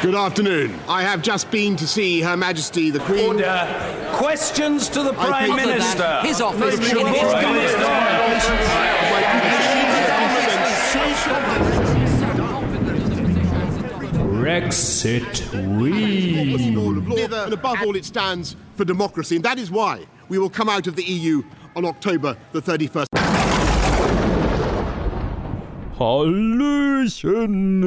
Good afternoon. I have just been to see Her Majesty the Queen. Order. Questions to the I Prime think- Minister. His office. Sure. in his Prime office. Minister. My goodness, she has been sent- Brexit. We. rule of law, and above all, it stands for democracy. And that is why we will come out of the EU on October the 31st. Hallöchen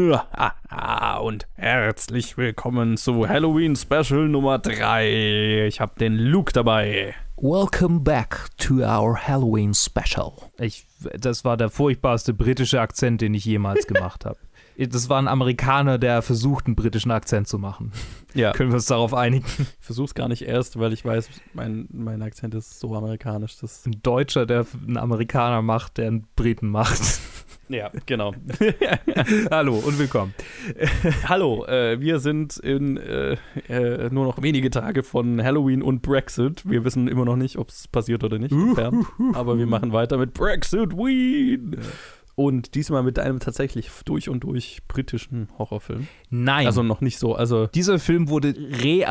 und herzlich willkommen zu Halloween Special Nummer 3. Ich habe den Luke dabei. Welcome back to our Halloween special. Ich, das war der furchtbarste britische Akzent, den ich jemals gemacht habe. Das war ein Amerikaner, der versucht, einen britischen Akzent zu machen. Ja, Können wir uns darauf einigen? ich versuch's gar nicht erst, weil ich weiß, mein, mein Akzent ist so amerikanisch. Das Ein Deutscher, der einen Amerikaner macht, der einen Briten macht. ja, genau. Hallo und willkommen. Hallo, äh, wir sind in äh, äh, nur noch wenige Tage von Halloween und Brexit. Wir wissen immer noch nicht, ob es passiert oder nicht. Entfernt. Aber wir machen weiter mit Brexit Ween. Und diesmal mit einem tatsächlich durch und durch britischen Horrorfilm. Nein. Also noch nicht so, also dieser Film wurde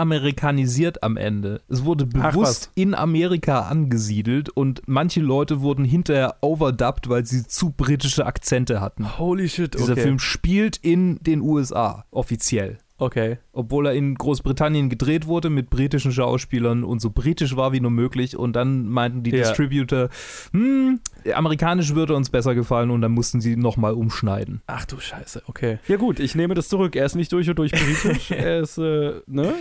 reamerikanisiert am Ende. Es wurde Ach, bewusst was. in Amerika angesiedelt und manche Leute wurden hinterher overdubbed, weil sie zu britische Akzente hatten. Holy shit, Dieser okay. Film spielt in den USA offiziell. Okay. obwohl er in Großbritannien gedreht wurde mit britischen Schauspielern und so britisch war wie nur möglich. Und dann meinten die Ja. Distributor, hm, amerikanisch würde uns besser gefallen und dann mussten sie nochmal umschneiden. Ach du Scheiße, okay. Ja gut, ich nehme das zurück. Er ist nicht durch und durch britisch. er ist, äh, ne?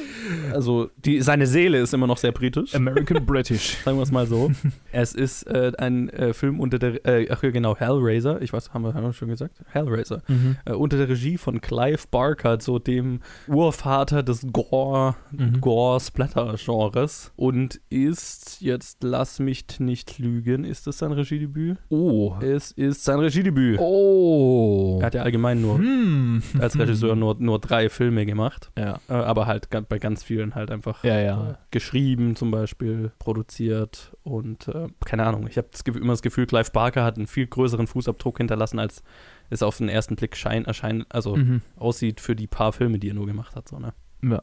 Also, die, seine Seele ist immer noch sehr britisch. American British. Sagen wir es mal so. es ist äh, ein äh, Film unter der, äh, ach ja genau, Hellraiser. Ich weiß, haben wir, haben wir schon gesagt? Hellraiser. Äh, unter der Regie von Clive Barker, so dem Urvater des Gore, Gore-Splatter-Genres. Und ist, jetzt lass mich nicht lügen, ist das sein Regiedebüt? Oh. Es ist sein Regiedebüt. Oh. Er hat ja allgemein nur Hm. als Regisseur nur, nur drei Filme gemacht, Ja. äh, aber halt ga- bei ganz vielen halt einfach Ja, äh, ja. geschrieben zum Beispiel, produziert und äh, keine Ahnung. Ich habe immer das Gefühl, Clive Barker hat einen viel größeren Fußabdruck hinterlassen, als es auf den ersten Blick schein, erschein, also Mhm. aussieht für die paar Filme, die er nur gemacht hat. So, ne?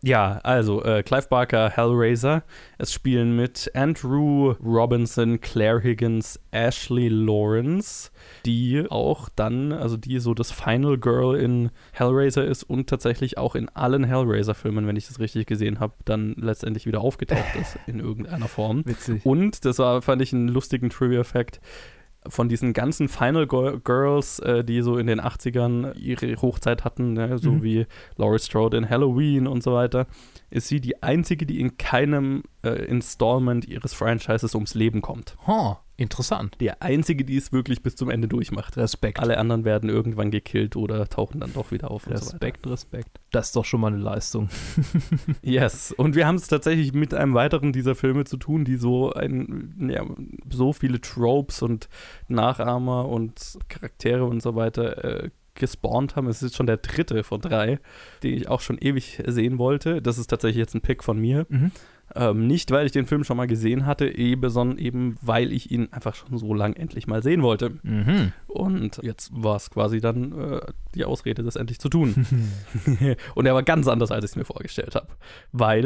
Ja. also äh, Clive Barker, Hellraiser. Es spielen mit Andrew Robinson, Claire Higgins, Ashley Lawrence, die auch dann, also die so das Final Girl in Hellraiser ist und tatsächlich auch in allen Hellraiser-Filmen, wenn ich das richtig gesehen habe, dann letztendlich wieder aufgetaucht ist in irgendeiner Form. Witzig. Und das war, fand ich einen lustigen Trivia-Fact. Von diesen ganzen Final Gir- Girls, äh, die so in den 80ern ihre Hochzeit hatten, ne, so Mhm. wie Laurie Strode in Halloween und so weiter, ist sie die einzige, die in keinem äh, Installment ihres Franchises ums Leben kommt. Huh. Interessant. Die einzige, die es wirklich bis zum Ende durchmacht. Respekt. Alle anderen werden irgendwann gekillt oder tauchen dann doch wieder auf und so weiter. Respekt, Respekt. Das ist doch schon mal eine Leistung. Yes, und wir haben es tatsächlich mit einem weiteren dieser Filme zu tun, die so ein, ja, so viele Tropes und Nachahmer und Charaktere und so weiter äh, gespawnt haben. Es ist schon der dritte von drei, den ich auch schon ewig sehen wollte. Das ist tatsächlich jetzt ein Pick von mir. Mhm. Ähm, nicht, weil ich den Film schon mal gesehen hatte, eben, sondern eben, weil ich ihn einfach schon so lang endlich mal sehen wollte. Mhm. Und jetzt war es quasi dann äh, die Ausrede, das endlich zu tun. und er war ganz anders, als ich es mir vorgestellt habe. Weil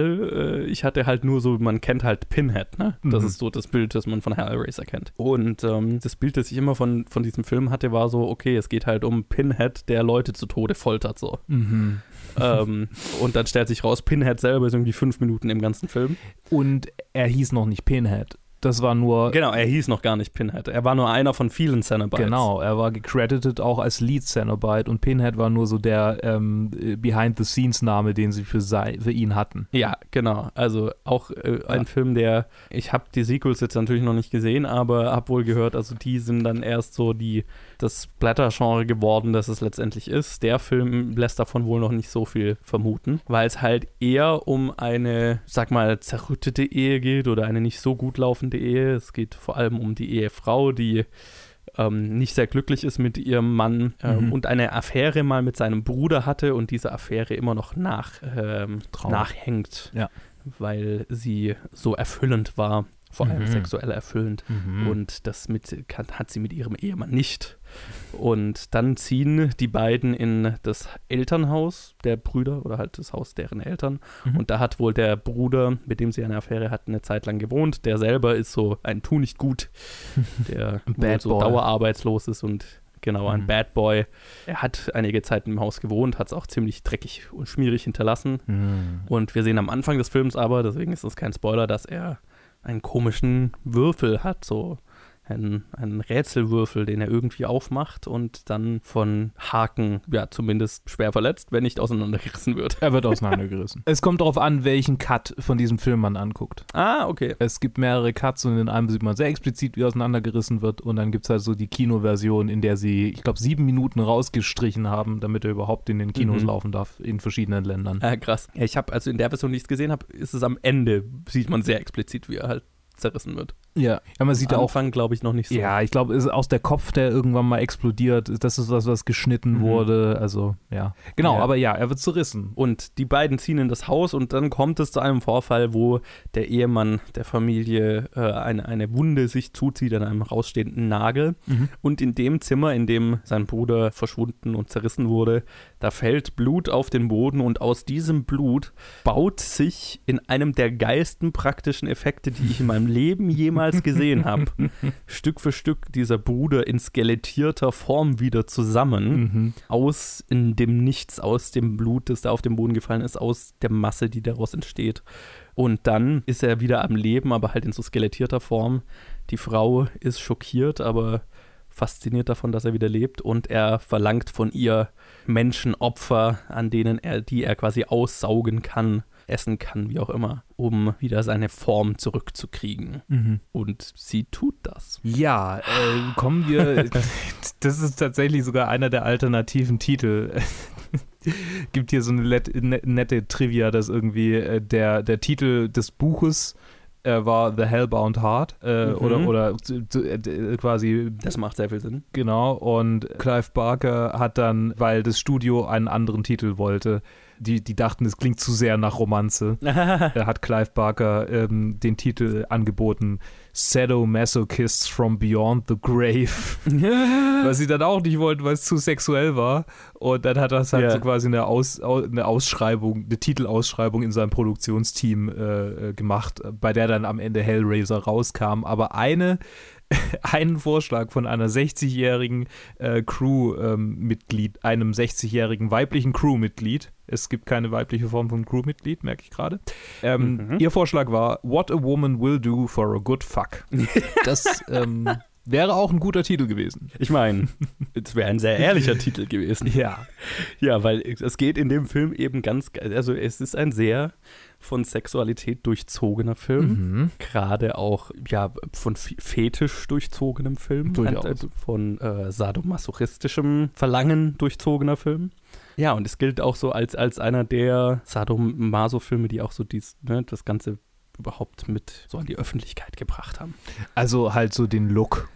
äh, ich hatte halt nur so, man kennt halt Pinhead, ne? Das Mhm. ist so das Bild, das man von Hellraiser kennt. Und ähm, das Bild, das ich immer von, von diesem Film hatte, war so, okay, es geht halt um Pinhead, der Leute zu Tode foltert, so. Mhm. ähm, und dann stellt sich raus, Pinhead selber ist irgendwie fünf Minuten im ganzen Film. Und er hieß noch nicht Pinhead. Das war nur Genau, er hieß noch gar nicht Pinhead. Er war nur einer von vielen Cenobites. Genau, er war gecredited auch als Lead Cenobite und Pinhead war nur so der ähm, äh, Behind-the-Scenes-Name, den sie für, sei, für ihn hatten. Ja, genau. Also auch äh, ein Film, der, ich habe die Sequels jetzt natürlich noch nicht gesehen, aber habe wohl gehört, also die sind dann erst so die, das Splatter-Genre geworden, das es letztendlich ist. Der Film lässt davon wohl noch nicht so viel vermuten, weil es halt eher um eine, sag mal, zerrüttete Ehe geht oder eine nicht so gut laufende Ehe. Es geht vor allem um die Ehefrau, die ähm, nicht sehr glücklich ist mit ihrem Mann ähm, Mhm. und eine Affäre mal mit seinem Bruder hatte und diese Affäre immer noch nach, ähm, Traurig. nachhängt, Ja. weil sie so erfüllend war, vor allem Mhm. sexuell erfüllend. Mhm. Und das mit, kann, hat sie mit ihrem Ehemann nicht. Und dann ziehen die beiden in das Elternhaus der Brüder oder halt das Haus deren Eltern. Mhm. Und da hat wohl der Bruder, mit dem sie eine Affäre hatten, eine Zeit lang gewohnt. Der selber ist so ein Tu nicht gut, der wohl Bad so Boy. dauerarbeitslos ist und genau ein Mhm. Bad Boy. Er hat einige Zeit im Haus gewohnt, hat es auch ziemlich dreckig und schmierig hinterlassen. Mhm. Und wir sehen am Anfang des Films aber, deswegen ist es kein Spoiler, dass er einen komischen Würfel hat, so einen, einen Rätselwürfel, den er irgendwie aufmacht und dann von Haken, ja, zumindest schwer verletzt, wenn nicht auseinandergerissen wird. Er wird auseinandergerissen. es kommt darauf an, welchen Cut von diesem Film man anguckt. Ah, okay. Es gibt mehrere Cuts und in einem sieht man sehr explizit, wie auseinandergerissen wird. Und dann gibt es halt so die Kinoversion, in der sie, ich glaube, sieben Minuten rausgestrichen haben, damit er überhaupt in den Kinos Mhm. laufen darf, in verschiedenen Ländern. Ah, krass. Ja, ich habe, also in der Version, die ich es gesehen habe, ist es am Ende, sieht man sehr explizit, wie er halt zerrissen wird. Ja, ja man sieht am auch Anfang glaube ich noch nicht so. Ja, ich glaube, es ist aus der Kopf, der irgendwann mal explodiert. Das ist das, was geschnitten Mhm. wurde. Also, ja. Genau, Ja. aber ja, er wird zerrissen. Und die beiden ziehen in das Haus und dann kommt es zu einem Vorfall, wo der Ehemann der Familie äh, eine, eine Wunde sich zuzieht an einem rausstehenden Nagel. Und in dem Zimmer, in dem sein Bruder verschwunden und zerrissen wurde, da fällt Blut auf den Boden und aus diesem Blut baut sich in einem der geilsten praktischen Effekte, die ich in meinem Leben jemals gesehen habe, Stück für Stück dieser Bruder in skelettierter Form wieder zusammen Mhm. aus in dem Nichts, aus dem Blut, das da auf den Boden gefallen ist, aus der Masse, die daraus entsteht. Und dann ist er wieder am Leben, aber halt in so skelettierter Form. Die Frau ist schockiert, aber fasziniert davon, dass er wieder lebt und er verlangt von ihr Menschenopfer, an denen er, die er quasi aussaugen kann, essen kann, wie auch immer, um wieder seine Form zurückzukriegen. Mhm. Und sie tut das. Ja, äh, kommen wir. das ist tatsächlich sogar einer der alternativen Titel. Gibt hier so eine let, ne, nette Trivia, dass irgendwie äh, der, der Titel des Buches äh, war The Hellbound Heart äh, Mhm. oder, oder zu- zu- äh, quasi Das macht sehr viel Sinn. Genau, und Clive Barker hat dann, weil das Studio einen anderen Titel wollte, die, die dachten, es klingt zu sehr nach Romanze, äh, hat Clive Barker ähm, den Titel angeboten, Sadomasochists from Beyond the Grave, was sie dann auch nicht wollten, weil es zu sexuell war. Und dann hat das halt Ja. so quasi eine, Aus, au- eine Ausschreibung, eine Titelausschreibung in seinem Produktionsteam äh, äh, gemacht, bei der dann am Ende Hellraiser rauskam. Aber eine einen Vorschlag von einer 60-jährigen äh, Crew-Mitglied, einem 60-jährigen weiblichen Crew-Mitglied. Es gibt keine weibliche Form von Crew-Mitglied, merke ich gerade. Ähm, Ihr Vorschlag war: What a woman will do for a good fuck. Das ähm, wäre auch ein guter Titel gewesen. Ich meine, es wäre ein sehr ehrlicher Titel gewesen. Ja. Ja, weil es geht in dem Film eben ganz, ge- also es ist ein sehr von Sexualität durchzogener Film, gerade auch ja von Fe- Fetisch durchzogenem Film, Durchaus. Und, äh, von äh, sadomasochistischem Verlangen durchzogener Film. Ja, und es gilt auch so als, als einer der Sadomaso-Filme, die auch so dies, ne, das Ganze überhaupt mit so an die Öffentlichkeit gebracht haben. Also halt so den Look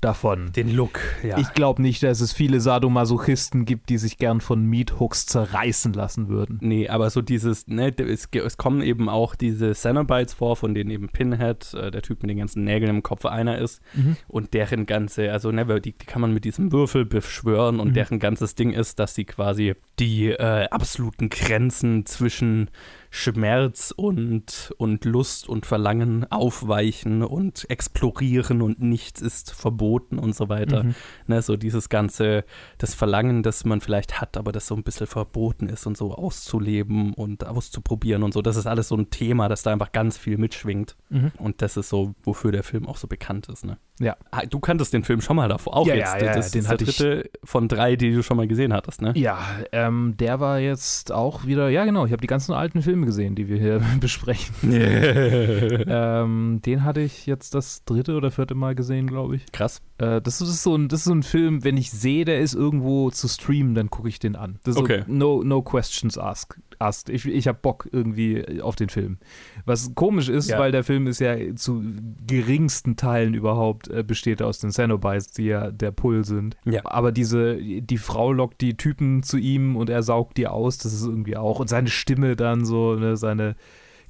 davon. Den Look, ja. Ich glaube nicht, dass es viele Sadomasochisten gibt, die sich gern von Meathooks zerreißen lassen würden. Nee, aber so dieses, ne, d- es, ge- es kommen eben auch diese Cenobites vor, von denen eben Pinhead, äh, der Typ mit den ganzen Nägeln im Kopf, einer ist. Und deren ganze, also ne, weil die, die kann man mit diesem Würfel beschwören und deren ganzes Ding ist, dass sie quasi die äh, absoluten Grenzen zwischen Schmerz und, und Lust und Verlangen aufweichen und explorieren und nichts ist verboten und so weiter. Mhm. Ne, so dieses ganze, das Verlangen, das man vielleicht hat, aber das so ein bisschen verboten ist und so auszuleben und auszuprobieren und so, das ist alles so ein Thema, das da einfach ganz viel mitschwingt. Mhm. Und das ist so, wofür der Film auch so bekannt ist. Ne? Ja. Ah, Du kanntest den Film schon mal davor, auch Ja, jetzt. ja, ja, das den ist hatte der ich- dritte von drei, die du schon mal gesehen hattest, ne? Ja, ähm, der war jetzt auch wieder, ja genau, ich habe die ganzen alten Filme gesehen, die wir hier besprechen. Ähm, den hatte ich jetzt das dritte oder vierte Mal gesehen, glaube ich. Krass. Äh, das, ist so ein, das ist so ein Film, wenn ich sehe, der ist irgendwo zu streamen, dann gucke ich den an. Das ist Okay. so no, no questions ask, asked. Ich, ich habe Bock irgendwie auf den Film. Was komisch ist, Ja. weil der Film ist ja zu geringsten Teilen überhaupt äh, besteht aus den Cenobites, die ja der Pull sind. Ja. Aber diese, die Frau lockt die Typen zu ihm und er saugt die aus, das ist irgendwie auch. Und seine Stimme dann so, ne, seine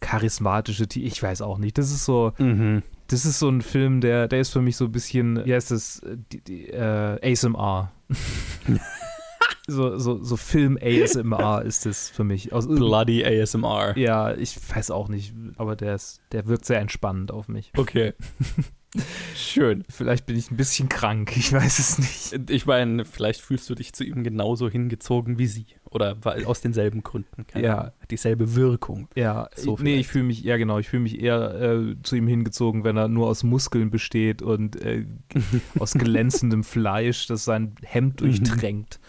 charismatische, Ti- ich weiß auch nicht, das ist so, Mhm. Das ist so ein Film, der, der ist für mich so ein bisschen, wie heißt das, äh, die, die, äh, ASMR. so, so, so Film-ASMR ist das für mich. Aus irgendeinem- Bloody ASMR. ja, ich weiß auch nicht, aber der, ist, der wirkt sehr entspannend auf mich. Okay. Schön. Vielleicht bin ich ein bisschen krank, ich weiß es nicht. Ich meine, vielleicht fühlst du dich zu ihm genauso hingezogen wie sie. Oder weil- aus denselben Gründen. Keine Ja. Ahnung. Hat Dieselbe Wirkung. Ja, So ich- nee, ich vielleicht. fühle mich, ja genau, ich fühle mich eher äh, zu ihm hingezogen, wenn er nur aus Muskeln besteht und äh, aus glänzendem Fleisch, das sein Hemd durchtränkt. Ugh.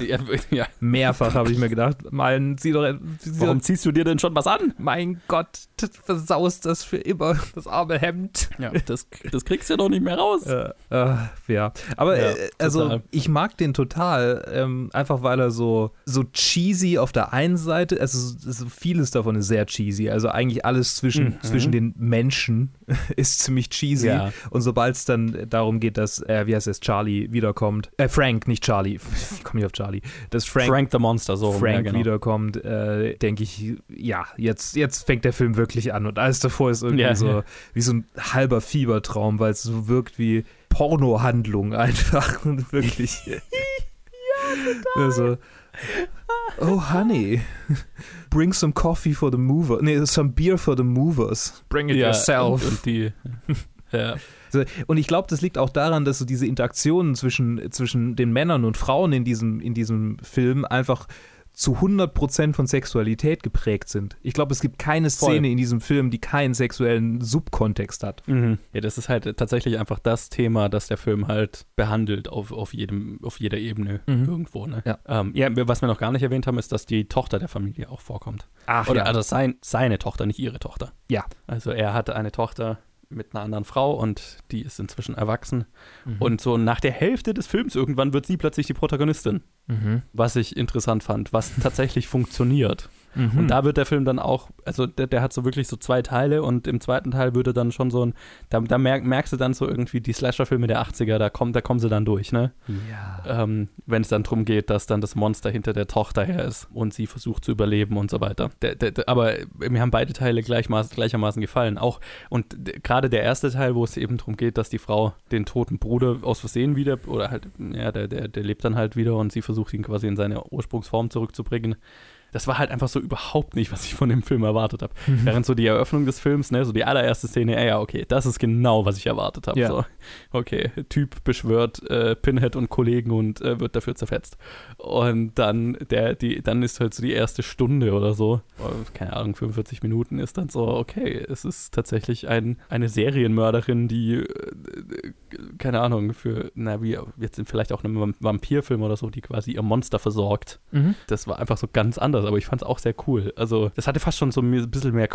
Ja, ja. Mehrfach habe ich mir gedacht, Malen, zieh doch, zieh doch Warum ziehst du dir denn schon was an? mein Gott, das versaust das für immer, das arme Hemd. Ja, das, das kriegst du ja doch nicht mehr raus. Äh, äh, ja, aber Ja, äh, also total. ich mag den total, ähm, einfach weil er so, so cheesy auf der einen Seite, also so- so vieles davon ist sehr cheesy, also eigentlich alles zwischen, zwischen den Menschen ist ziemlich cheesy Mhm. Ja. und sobald es dann darum geht, dass, äh, wie heißt es, Charlie wiederkommt, äh, Frank, nicht Charlie, ich komme nicht auf Charlie, dass Frank, Frank the Monster, so. rum, Frank ja, genau. wiederkommt, äh, denke ich, ja, jetzt, jetzt fängt der Film wirklich an. Und alles davor ist irgendwie Ja. so wie so ein halber Fiebertraum, weil es so wirkt wie Pornohandlung einfach. Und wirklich. ja, total. Also, oh, honey. Bring some coffee for the movers. Nee, some beer for the movers. Bring Ja, Und, und die. Ja. so, Und ich glaube, das liegt auch daran, dass so diese Interaktionen zwischen, zwischen den Männern und Frauen in diesem, in diesem Film einfach zu 100% von Sexualität geprägt sind. Ich glaube, es gibt keine Voll. Szene in diesem Film, die keinen sexuellen Subkontext hat. Mhm. ja, das ist halt tatsächlich einfach das Thema, das der Film halt behandelt auf, auf, jedem, auf jeder Ebene Mhm. irgendwo. Ne? Ja. Ähm, ja, was wir noch gar nicht erwähnt haben, ist, dass die Tochter der Familie auch vorkommt. Ach, Oder ja. also sein, seine Tochter, nicht ihre Tochter. Ja. Also er hatte eine Tochter mit einer anderen Frau und die ist inzwischen erwachsen. Und so nach der Hälfte des Films irgendwann wird sie plötzlich die Protagonistin. Was ich interessant fand, was tatsächlich funktioniert. Und da wird der Film dann auch, also der, der hat so wirklich so zwei Teile und im zweiten Teil würde dann schon so ein, da, da merk, merkst du dann so irgendwie die Slasher-Filme der 80er, da, kommt, da kommen sie dann durch, ne? Ja. ähm, wenn es dann darum geht, dass dann das Monster hinter der Tochter her ist und sie versucht zu überleben und so weiter. Der- der- der- aber mir haben beide Teile gleichmaßen, gleichermaßen gefallen. Auch und d- gerade der erste Teil, wo es eben darum geht, dass die Frau den toten Bruder aus Versehen wieder oder halt, ja, der, der, der lebt dann halt wieder und sie versucht ihn quasi in seine Ursprungsform zurückzubringen. Das war halt einfach so überhaupt nicht, was ich von dem Film erwartet habe. Während so die Eröffnung des Films, ne, so die allererste Szene, ja, ja, okay, das ist genau, was ich erwartet habe. Ja. So, okay, Typ beschwört äh, Pinhead und Kollegen und äh, wird dafür zerfetzt. Und dann, der, die, dann ist halt so die erste Stunde oder so, äh, keine Ahnung, 45 Minuten ist dann so, okay, es ist tatsächlich ein, eine Serienmörderin, die, äh, äh, keine Ahnung, für, na, wie jetzt vielleicht auch einem Vam- Vampirfilm oder so, die quasi ihr Monster versorgt. Das war einfach so ganz anders, aber ich fand es auch sehr cool. Also, das hatte fast schon so ein bisschen mehr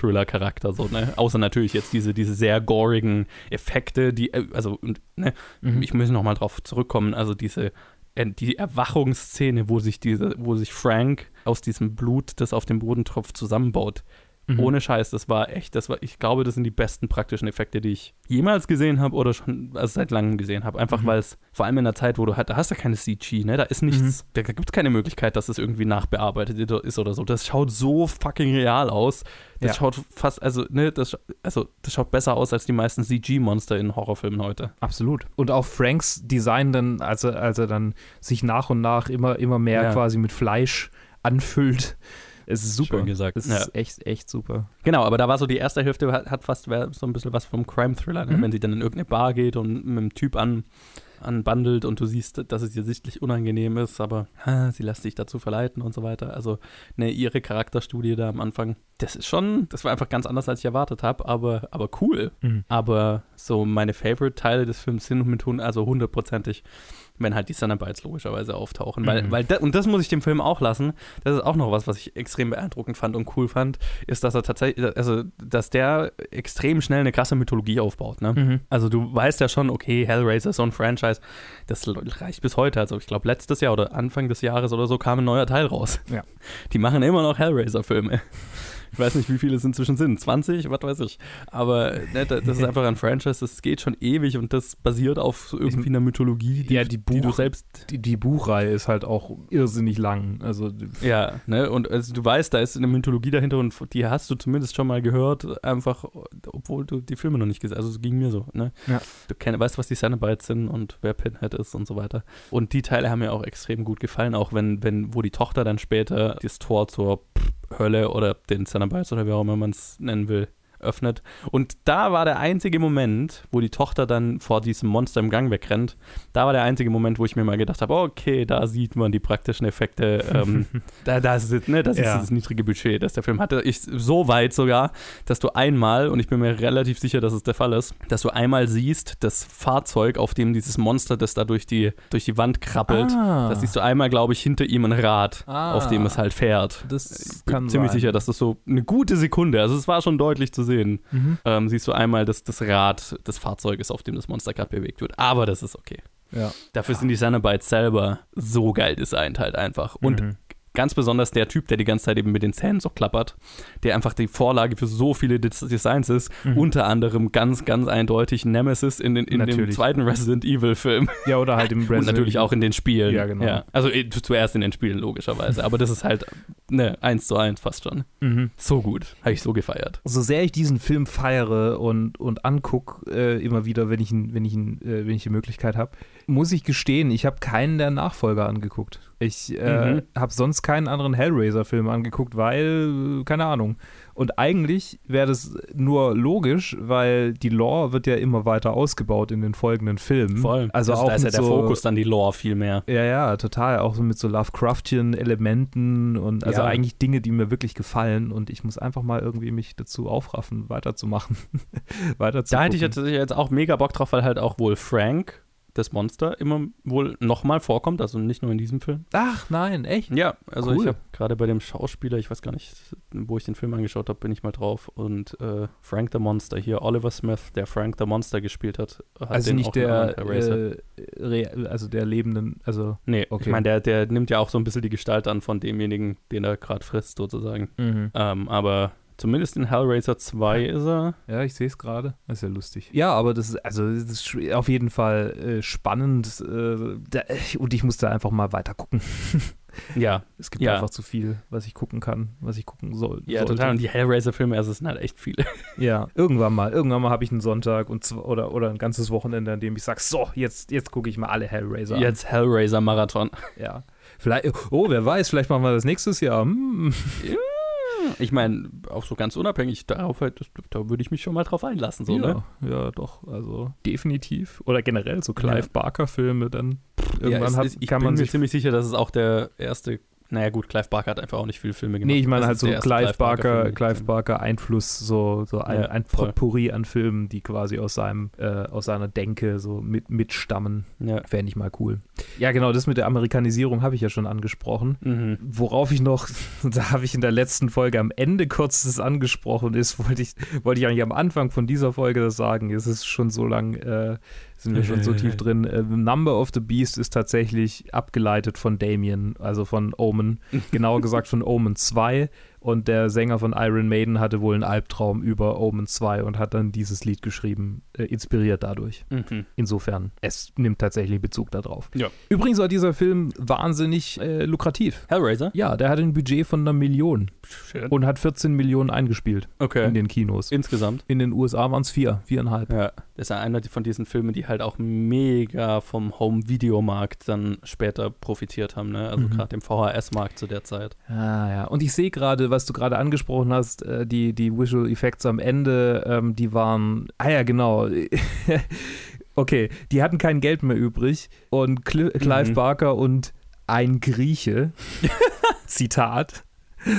Crime-Thriller-Charakter, so, ne? Außer natürlich jetzt diese, diese sehr gorigen Effekte, die, äh, also, und, ne? Ich muss nochmal drauf zurückkommen, also diese, äh, die Erwachungsszene, wo sich diese, wo sich Frank aus diesem Blut, das auf dem Boden tropft, zusammenbaut. Ohne Scheiß, das war echt, das war, ich glaube, das sind die besten praktischen Effekte, die ich jemals gesehen habe oder schon also seit langem gesehen habe. Einfach weil es, vor allem in der Zeit, wo du halt, da hast du keine CG, ne? Da ist nichts, da, da gibt es keine Möglichkeit, dass es irgendwie nachbearbeitet ist oder so. Das schaut so fucking real aus. Das Ja. schaut fast, also, ne, das, sch- also, das schaut besser aus als die meisten CG-Monster in Horrorfilmen heute. Absolut. Und auch Franks Design dann, als er, als er dann sich nach und nach immer, immer mehr Ja. quasi mit Fleisch anfüllt. Es ist super. Schön gesagt. Es Ja. ist echt, echt super. Genau, aber da war so die erste Hälfte, hat, hat fast wär- so ein bisschen was vom Crime-Thriller, ne? wenn sie dann in irgendeine Bar geht und mit einem Typ an, anbandelt und du siehst, dass es ihr sichtlich unangenehm ist, aber ah, sie lässt sich dazu verleiten und so weiter. Also ne, ihre Charakterstudie da am Anfang, das ist schon, das war einfach ganz anders, als ich erwartet habe, aber, aber cool. Aber so meine Favorite-Teile des Films sind mit hun- also hundertprozentig wenn halt die Thunderbites logischerweise auftauchen. Weil, weil da, und das muss ich dem Film auch lassen. Das ist auch noch was, was ich extrem beeindruckend fand und cool fand, ist, dass er tatsächlich, also dass der extrem schnell eine krasse Mythologie aufbaut. Ne? Also du weißt ja schon, okay, Hellraiser ist so ein Franchise, das reicht bis heute. Also ich glaube, letztes Jahr oder Anfang des Jahres oder so kam ein neuer Teil raus. Ja. Die machen immer noch Hellraiser-Filme. Ich weiß nicht, wie viele es inzwischen sind. 20, was weiß ich. Aber ne, da- das ist einfach ein Franchise, das geht schon ewig und das basiert auf irgendwie einer Mythologie, die, Ja, die die du Buch- selbst. Die, die Buchreihe ist halt auch irrsinnig lang. Also Ja, ne, und also du weißt, da ist eine Mythologie dahinter und die hast du zumindest schon mal gehört, einfach, obwohl du die Filme noch nicht gesehen hast. Also, es ging mir so, ne? Ja. Du kenn, weißt, was die Cenobites sind und wer Pinhead ist und so weiter. Und die Teile haben mir auch extrem gut gefallen, auch wenn, wenn wo die Tochter dann später das Tor zur pff, Hölle oder den Cenobites oder wie auch immer man es nennen will, öffnet. Und da war der einzige Moment, wo die Tochter dann vor diesem Monster im Gang wegrennt, da war der einzige Moment, wo ich mir mal gedacht habe, okay, da sieht man die praktischen Effekte. Ähm, da, da ist, ne, das Ja. ist das niedrige Budget, das der Film hatte. Ich, so weit sogar, dass du einmal, und ich bin mir relativ sicher, dass es der Fall ist, dass du einmal siehst, das Fahrzeug, auf dem dieses Monster, das da durch die, durch die Wand krabbelt, Ah. das siehst du einmal, glaube ich, hinter ihm ein Rad, Ah. auf dem es halt fährt. das Ich bin ziemlich sicher, dass das so eine gute Sekunde, also es war schon deutlich zu sehen, Mhm. ähm, siehst du einmal, dass das Rad des Fahrzeuges, auf dem das Monster gerade bewegt wird. Aber das ist okay. Ja. Dafür sind die Cenobites selber so geil designt halt einfach. Und Mhm. ganz besonders der Typ, der die ganze Zeit eben mit den Zähnen so klappert, der einfach die Vorlage für so viele Des Designs ist. Mhm. Unter anderem ganz, ganz eindeutig Nemesis in, den, in dem Natürlich. zweiten Resident Evil Film. ja, oder halt im Und Resident natürlich auch in den Spielen. Ja, genau. Also eh, zu- zuerst in den Spielen, logischerweise. Aber das ist halt, ne, eins zu eins fast schon. Mhm. So gut. Habe ich so gefeiert. so sehr ich diesen Film feiere und, und angucke, äh, immer wieder, wenn ich, ihn- wenn, ich ihn, äh, wenn ich die Möglichkeit habe, muss ich gestehen, ich habe keinen der Nachfolger angeguckt. Ich äh, Mhm. habe sonst keinen anderen Hellraiser-Film angeguckt, weil, äh, keine Ahnung. Und eigentlich wäre das nur logisch, weil die Lore wird ja immer weiter ausgebaut in den folgenden Filmen. Also Also auch da ist ja mit der so, Fokus dann die Lore viel mehr. ja, ja, total. Auch so mit so Lovecraftian Elementen und also Ja. eigentlich Dinge, die mir wirklich gefallen und ich muss einfach mal irgendwie mich dazu aufraffen, weiterzumachen. Weiterzumachen. Da hätte ich jetzt, jetzt auch mega Bock drauf, weil halt auch wohl Frank, das Monster, immer wohl nochmal vorkommt, also nicht nur in diesem Film. Ach nein, echt? Ja, also ich Cool. habe gerade bei dem Schauspieler, ich weiß gar nicht, wo ich den Film angeschaut habe, bin ich mal drauf. Und äh, Frank the Monster hier, Oliver Smith, der Frank the Monster gespielt hat, hat Also den nicht auch in der, America Racer. äh, re, also der lebenden, also nee, okay. ich meine, der, der nimmt ja auch so ein bisschen die Gestalt an von demjenigen, den er gerade frisst, sozusagen. Ähm, aber zumindest in Hellraiser 2 ist er. ja, ich sehe es gerade. Das ist ja lustig. Ja, aber das ist also das ist schw- auf jeden Fall äh, spannend äh, da, und ich muss da einfach mal weiter gucken. Ja, Es gibt Ja. einfach zu viel, was ich gucken kann, was ich gucken soll. ja sollte. total. Und die Hellraiser-Filme, also es sind halt echt viele. Ja, irgendwann mal. Irgendwann mal habe ich einen Sonntag und zw- oder, oder ein ganzes Wochenende, an dem ich sage, so, jetzt, jetzt gucke ich mal alle Hellraiser an. Jetzt Hellraiser-Marathon. Ja. Vielleicht, oh, wer weiß, vielleicht machen wir das nächstes Jahr. Hm. Ich meine, auch so ganz unabhängig, darauf halt, das, da würde ich mich schon mal drauf einlassen. So, ne? ja, ja, doch, also definitiv. Oder generell so Clive Ja. Barker-Filme, dann irgendwann Ja, es hat, ist- ich kann bin man mir sich. ziemlich sicher, dass es auch der erste. Naja, gut, Clive Barker hat einfach auch nicht viele Filme gemacht. Nee, ich meine Das halt ist so der erste Clive Barker, Film, Clive Barker Einfluss, so, so ein, Ja, ein voll. Potpourri an Filmen, die quasi aus seinem, äh, aus seiner Denke so mit, mitstammen. Ja. Fände ich mal cool. Ja, genau, das mit der Amerikanisierung habe ich ja schon angesprochen. Mhm. Worauf ich noch, da habe ich in der letzten Folge am Ende kurz das angesprochen ist, wollte ich, wollte ich eigentlich am Anfang von dieser Folge das sagen. Es ist schon so lang, äh, sind wir schon so tief drin. Äh, the Number of the Beast ist tatsächlich abgeleitet von Damien, also von Omen, genauer gesagt von Omen 2. Und der Sänger von Iron Maiden hatte wohl einen Albtraum über Omen 2 und hat dann dieses Lied geschrieben, äh, inspiriert dadurch. Mhm. Insofern, es nimmt tatsächlich Bezug darauf. Ja. Übrigens war dieser Film wahnsinnig äh, lukrativ. Hellraiser? Ja, der hatte ein Budget von einer Million und hat 14 Millionen eingespielt Okay. in den Kinos. Insgesamt. In den USA waren es vier, viereinhalb. Ja. Das ist einer von diesen Filmen, die halt auch mega vom Home-Video-Markt dann später profitiert haben, ne? Also gerade dem VHS-Markt zu der Zeit. Ah, ja. Und ich sehe gerade, was du gerade angesprochen hast, äh, die, die Visual Effects am Ende, ähm, die waren. Ah ja, genau. okay, die hatten kein Geld mehr übrig und Cli Clive Mhm. Barker und ein Grieche, Zitat,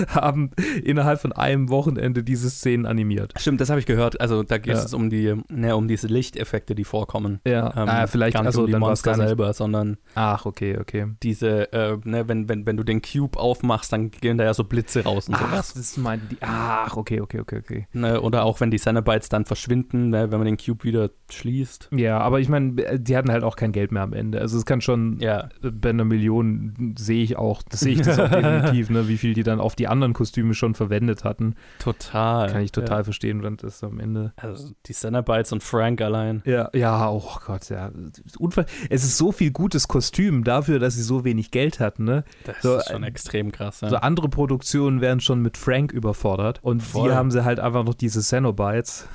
haben innerhalb von einem Wochenende diese Szenen animiert. Stimmt, das habe ich gehört. Also da geht Ja. es um die, ne, um diese Lichteffekte, die vorkommen. Ja, Ähm, ah, vielleicht gar nicht also um die dann war's Monster gar nicht. selber, sondern Ach, okay, okay. diese, äh, ne, wenn, wenn, wenn du den Cube aufmachst, dann gehen da ja so Blitze raus und Ach, sowas. das meinten die. Ach, okay, okay, okay, okay. Ne, oder auch wenn die Cenobites dann verschwinden, ne, wenn man den Cube wieder schließt. Ja, aber ich meine, die hatten halt auch kein Geld mehr am Ende. Also es kann schon Ja. bei einer Million sehe ich auch, das sehe ich das auch definitiv, ne, wie viel die dann auf die anderen Kostüme schon verwendet hatten. Total. Kann ich total Ja. verstehen, wenn das am Ende. Also die Cenobites und Frank allein. Ja, ja, oh Gott, ja. Unfall. Es ist so viel gutes Kostüm dafür, dass sie so wenig Geld hatten, ne? Das So, ist schon äh, extrem krass. Ja. Also andere Produktionen wären schon mit Frank überfordert und Voll. hier haben sie halt einfach noch diese Cenobites.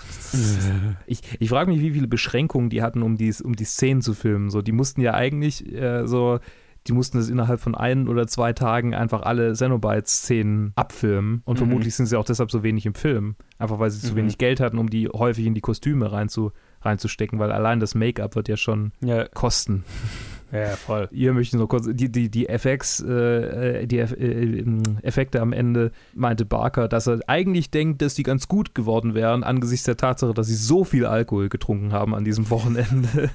ich ich frage mich, wie viele Beschränkungen die hatten, um die, um die Szenen zu filmen. So, die mussten ja eigentlich äh, so, die mussten das innerhalb von ein oder zwei Tagen einfach alle Cenobites-Szenen abfilmen Mhm. und vermutlich sind sie auch deshalb so wenig im Film. Einfach weil sie zu wenig Geld hatten, um die häufig in die Kostüme reinzu, reinzustecken, weil allein das Make-up wird ja schon ja, kosten. ja, voll. Hier möchte ich nur kurz, die, die, die FX, äh, die Eff- äh, ähm, Effekte am Ende meinte Barker, dass er eigentlich denkt, dass die ganz gut geworden wären, angesichts der Tatsache, dass sie so viel Alkohol getrunken haben an diesem Wochenende.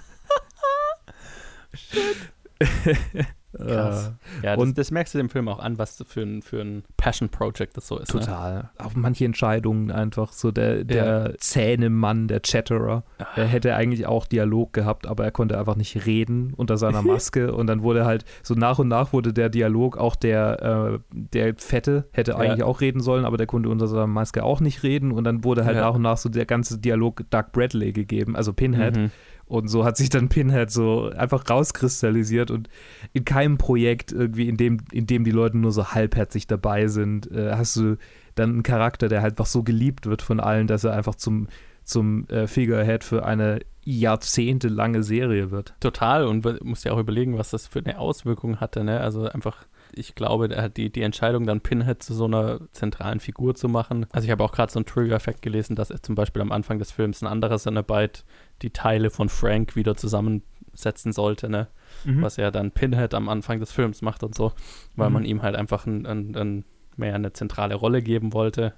Krass. Äh, Ja, das, Und- das merkst du dem Film auch an, was für ein, für ein Passion-Project das so ist. Ne? Total. Auch manche Entscheidungen einfach so. Der, der Zähnemann, der Chatterer, Ah. der hätte eigentlich auch Dialog gehabt, aber er konnte einfach nicht reden unter seiner Maske. und dann wurde halt so nach und nach wurde der Dialog auch der, äh, der Fette hätte eigentlich auch reden sollen, aber der konnte unter seiner Maske auch nicht reden. Und dann wurde halt Ja. nach und nach so der ganze Dialog Doug Bradley gegeben, also Pinhead. Mhm. Und so hat sich dann Pinhead so einfach rauskristallisiert und in keinem Projekt irgendwie, in dem, in dem die Leute nur so halbherzig dabei sind, äh, hast du dann einen Charakter, der halt einfach so geliebt wird von allen, dass er einfach zum, zum äh, Figurehead für eine jahrzehntelange Serie wird. Total und we- musst ja auch überlegen, was das für eine Auswirkung hatte. Ne? Also einfach, ich glaube, da hat die, die Entscheidung, dann Pinhead zu so einer zentralen Figur zu machen. Also ich habe auch gerade so einen Trigger-Effekt gelesen, dass er zum Beispiel am Anfang des Films ein anderer Cenobite die Teile von Frank wieder zusammensetzen sollte, ne? was ja dann Pinhead am Anfang des Films macht und so, weil Mhm. man ihm halt einfach ein, ein, ein, mehr eine zentrale Rolle geben wollte,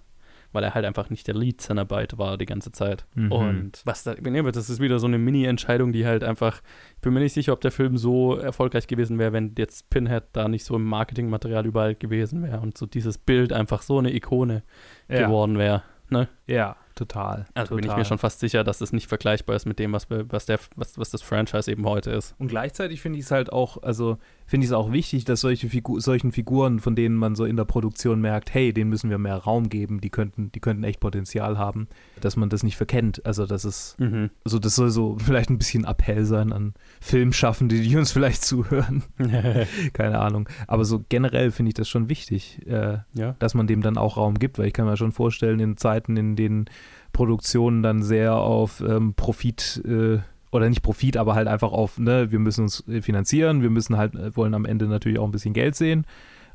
weil er halt einfach nicht der Lead Cenobite war die ganze Zeit. Mhm. Und was da, nee, aber das ist wieder so eine Mini-Entscheidung, die halt einfach, ich bin mir nicht sicher, ob der Film so erfolgreich gewesen wäre, wenn jetzt Pinhead da nicht so im Marketingmaterial überall gewesen wäre und so dieses Bild einfach so eine Ikone Ja, geworden wäre. ja, total. Also bin ich total. mir schon fast sicher, dass das nicht vergleichbar ist mit dem, was, wir- was, der, was, was das Franchise eben heute ist. Und gleichzeitig finde ich es halt auch, also finde ich es auch wichtig, dass solche Figu solchen Figuren, von denen man so in der Produktion merkt, hey, denen müssen wir mehr Raum geben, die könnten, die könnten echt Potenzial haben, dass man das nicht verkennt. Also das ist, Mhm. also das soll so vielleicht ein bisschen Appell sein an Filmschaffende, die uns vielleicht zuhören. Keine Ahnung. Aber so generell finde ich das schon wichtig, äh, ja. dass man dem dann auch Raum gibt, weil ich kann mir schon vorstellen, in Zeiten, in denen Produktionen dann sehr auf ähm, Profit äh, oder nicht Profit, aber halt einfach auf, ne, wir müssen uns äh, finanzieren, wir müssen halt, äh, wollen am Ende natürlich auch ein bisschen Geld sehen.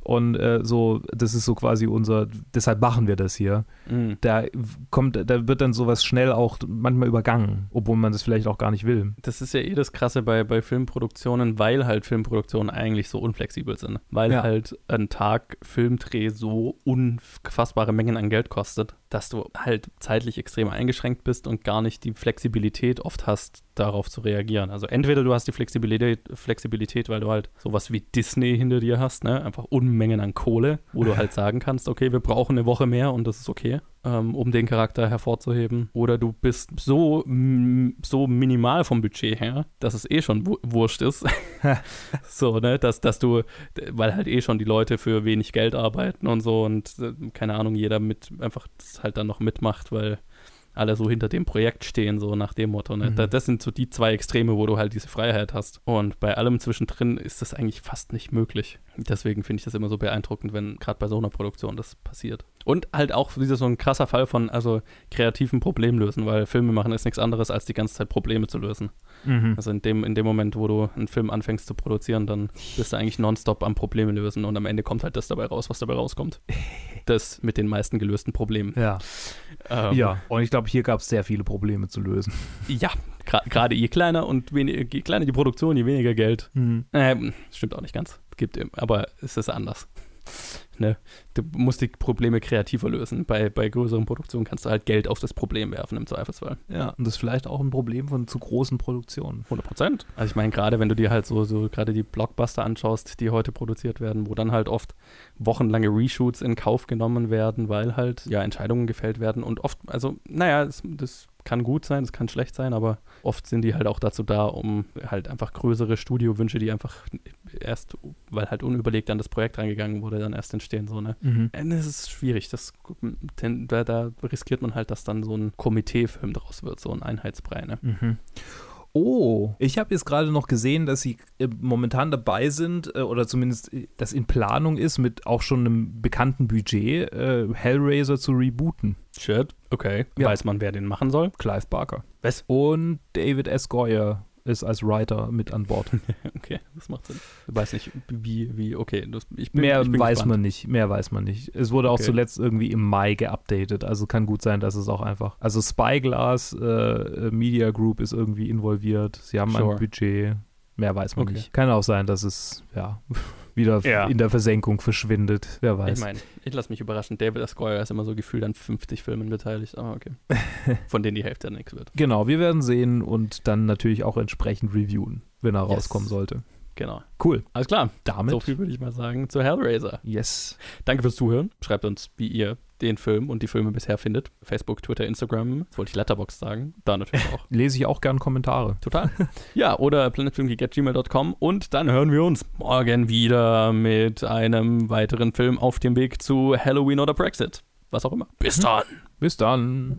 Und äh, so, das ist so quasi unser, deshalb machen wir das hier. Mhm. Da w- kommt, da wird dann sowas schnell auch manchmal übergangen, obwohl man das vielleicht auch gar nicht will. Das ist ja eh das Krasse bei, bei Filmproduktionen, weil halt Filmproduktionen eigentlich so unflexibel sind. Weil Ja. halt ein Tag Filmdreh so unfassbare Mengen an Geld kostet, dass du halt zeitlich extrem eingeschränkt bist und gar nicht die Flexibilität oft hast, darauf zu reagieren. Also entweder du hast die Flexibilität, Flexibilität weil du halt sowas wie Disney hinter dir hast, ne? einfach Unmengen an Kohle, wo du halt sagen kannst, okay, wir brauchen eine Woche mehr und das ist okay ähm, um den Charakter hervorzuheben. Oder du bist so, mm, so minimal vom Budget her, dass es eh schon wu- wurscht ist. so, ne, dass, dass du, d- weil halt eh schon die Leute für wenig Geld arbeiten und so und äh, keine Ahnung, jeder mit einfach das halt dann noch mitmacht, weil alle so hinter dem Projekt stehen, so nach dem Motto. Ne? Mhm. Da, das sind so die zwei Extreme, wo du halt diese Freiheit hast. Und bei allem zwischendrin ist das eigentlich fast nicht möglich. Deswegen finde ich das immer so beeindruckend, wenn gerade bei so einer Produktion das passiert. Und halt auch wieder so ein krasser Fall von also kreativen Problemen lösen, weil Filme machen ist nichts anderes, als die ganze Zeit Probleme zu lösen. Mhm. Also in dem, in dem Moment, wo du einen Film anfängst zu produzieren, dann bist du eigentlich nonstop am Probleme lösen und am Ende kommt halt das dabei raus, was dabei rauskommt. Das mit den meisten gelösten Problemen. Ja. Ähm, ja. Und ich glaube, hier gab es sehr viele Probleme zu lösen. Ja, gra- gerade je kleiner und wenig, je kleiner die Produktion, je weniger Geld. Ähm, stimmt auch nicht ganz. Gibt, im- aber es ist anders. Ne? Du musst die Probleme kreativer lösen. Bei, bei größeren Produktionen kannst du halt Geld auf das Problem werfen im Zweifelsfall. Ja. Und das ist vielleicht auch ein Problem von zu großen Produktionen. 100 Prozent. Also ich meine, gerade wenn du dir halt so, so gerade die Blockbuster anschaust, die heute produziert werden, wo dann halt oft wochenlange Reshoots in Kauf genommen werden, weil halt ja Entscheidungen gefällt werden und oft, also naja, es, das kann gut sein, das kann schlecht sein, aber oft sind die halt auch dazu da, um halt einfach größere Studiowünsche, die einfach erst, weil halt unüberlegt an das Projekt rangegangen wurde, dann erst entstehen so, ne? Mhm. Und Das ist schwierig, das, denn da, da riskiert man halt, dass dann so ein Komitee-Film draus wird, so ein Einheitsbrei, ne? Oh, Mhm. ich habe jetzt gerade noch gesehen, dass sie äh, momentan dabei sind äh, oder zumindest äh, das in Planung ist, mit auch schon einem bekannten Budget äh, Hellraiser zu rebooten. Shit, okay. Ja. Weiß man, wer den machen soll? Clive Barker. Was? Und David S. Goyer ist als Writer mit an Bord. Okay, das macht Sinn. Ich weiß nicht, wie, wie, okay. Das, ich bin, Mehr ich bin weiß gespannt. man nicht. Mehr weiß man nicht. Es wurde auch Okay. zuletzt irgendwie im Mai geupdatet. Also kann gut sein, dass es auch einfach. Also Spyglass äh, äh, Media Group ist irgendwie involviert. Sie haben Sure. ein Budget. Mehr weiß man Okay. nicht. Kann auch sein, dass es ja wieder Ja. in der Versenkung verschwindet. Wer weiß. Ich meine, ich lasse mich überraschen. David S. Goyer ist immer so gefühlt an 50 Filmen beteiligt, aber okay. Von denen die Hälfte dann nichts wird. genau, wir werden sehen und dann natürlich auch entsprechend reviewen, wenn er Yes. rauskommen sollte. Genau. Cool. Alles klar. Damit. So viel würde ich mal sagen zu Hellraiser. Yes. Danke fürs Zuhören. Schreibt uns, wie ihr den Film und die Filme bisher findet. Facebook, Twitter, Instagram. Jetzt wollte ich Letterbox sagen. Da natürlich auch. Lese ich auch gern Kommentare. Total. Ja, oder planetfilmgeek.gmail.com und dann hören wir uns morgen wieder mit einem weiteren Film auf dem Weg zu Halloween oder Brexit. Was auch immer. Bis dann. Bis dann.